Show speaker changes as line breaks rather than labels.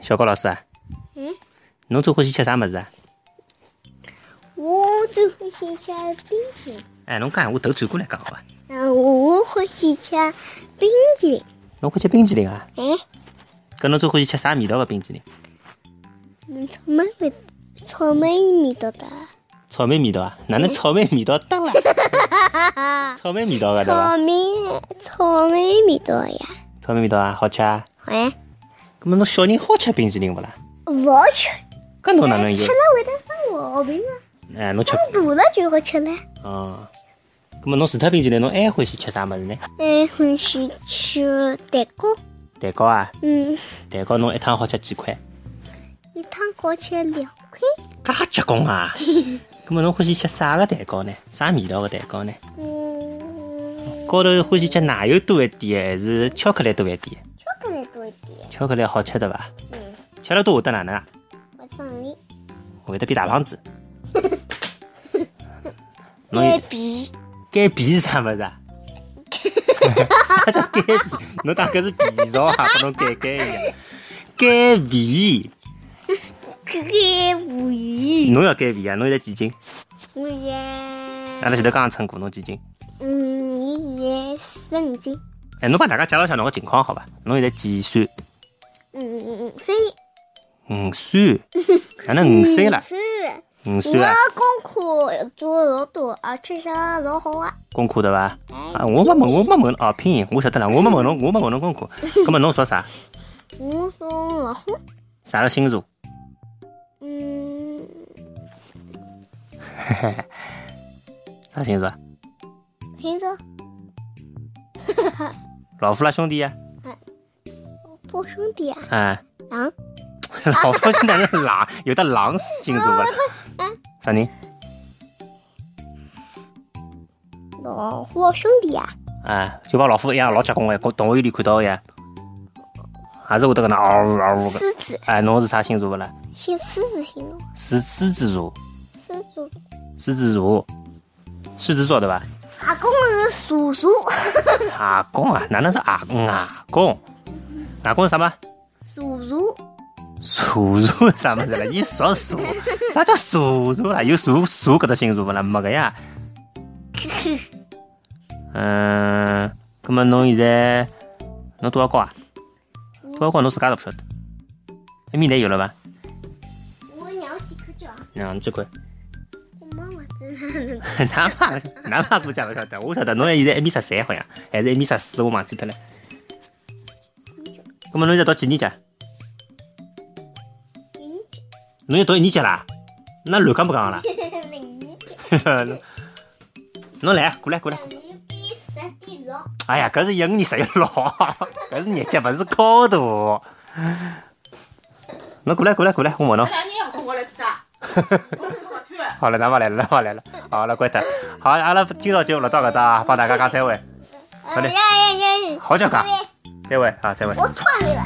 小高老师啊，
嗯，
侬最欢喜吃啥物事啊？
我最欢喜吃冰淇淋，
哎，侬讲闲话头转过来讲好伐？
嗯，我欢喜吃冰淇淋。
侬欢喜吃冰淇淋啊？
哎，
搿侬最欢喜吃啥味道的冰淇淋？
嗯草莓味，草莓味道的，
草莓味道啊？哪能草莓味道得 啦？草莓味道个对伐？
草莓草莓味道的呀。
草莓味道啊，好吃啊？
哎，
搿么侬小人好吃冰淇淋勿啦？
不好吃，
搿侬哪能
吃
有？
了会得生毛病啊。
哎，侬吃
大了就好吃了。
哦。搿么侬除脱冰淇淋，侬还欢喜吃啥物事呢？
哎，欢喜吃蛋糕，
蛋糕啊，
嗯，
蛋糕侬一趟好吃几块？
一趟搞吃两块，
介结棍啊！搿么侬欢喜吃啥个蛋糕呢？啥味道个蛋糕呢？
嗯，
高头欢喜吃奶油多一点，还是巧克力多一点？
巧克力多一点，
巧克力好吃对伐？
嗯，
吃了多会得哪能啊？
我送你。
会得变大胖子。侬
该
有
比
减皮是啥物事啊？啥叫减皮？侬当搿是皮草啊？拨侬减减一下。减肥，
该无语。
侬要减肥啊？侬现在几斤？
我也，
阿拉前头刚刚称过，侬几斤？
嗯，也十五斤，
哎，侬帮大家介绍一下侬个情况好伐？侬现在几岁？
嗯嗯嗯，所以
五岁，哪能五岁了？
是。
五
我
岁啊，
功课做老多，啊而且写了老好啊。
功课对伐？
哎
啊，，我没问，我没问哦，拼音我晓得了，我没问侬，我没问侬功课。葛么侬说啥？
我说老虎，
啥个星座？
嗯，
啥星座啊？
听着，
老夫拉兄弟呀、
我兄弟啊，
啊， 哎，
狼，
老夫兄弟哪能狼，有的狼星座吧？啥人？
老虎兄弟啊，
哎，就帮老夫一样老结棍个，同同学里看到个呀，还是会得搿能嗷呜嗷呜个。
狮子，
哎，侬是啥星座个啦？
写狮子行了，
是狮子座，
狮子，
狮子座，狮子座对伐？
阿公是叔叔，
阿公啊，哪能是阿公啊？公，阿公是啥嘛？
叔叔，
属鼠啥么子了？伊属鼠，啥叫属鼠啦？有属鼠搿只星座勿啦？没个呀。嗯，葛么侬现在侬多少高啊？多少高侬自家都勿晓得。埃面来有了伐？
我娘几颗脚，
两 几块？
我妈妈真 的，
哪怕哪怕估计也勿晓得，我晓得侬现在一米十三好像，还是一米十四，我忘记脱了。葛么侬现在读几年级啊？
零几，
侬要读一年级啦？那乱讲不 讲啦？
零几，
侬来过来过来。
等于第十第六，
哎呀，搿是一五年十一老， 搿是日脚，勿是高度。侬过来，过来，过来，我问侬。
哪你要跟我来扎？我是我去。
好了，那勿来了，勿来了，好了，关脱。好，阿拉今朝就录到搿搭啊，帮大家讲再会，
哎
嘞
呀呀呀，
啊好久讲，再会，好，再会。
我窜了。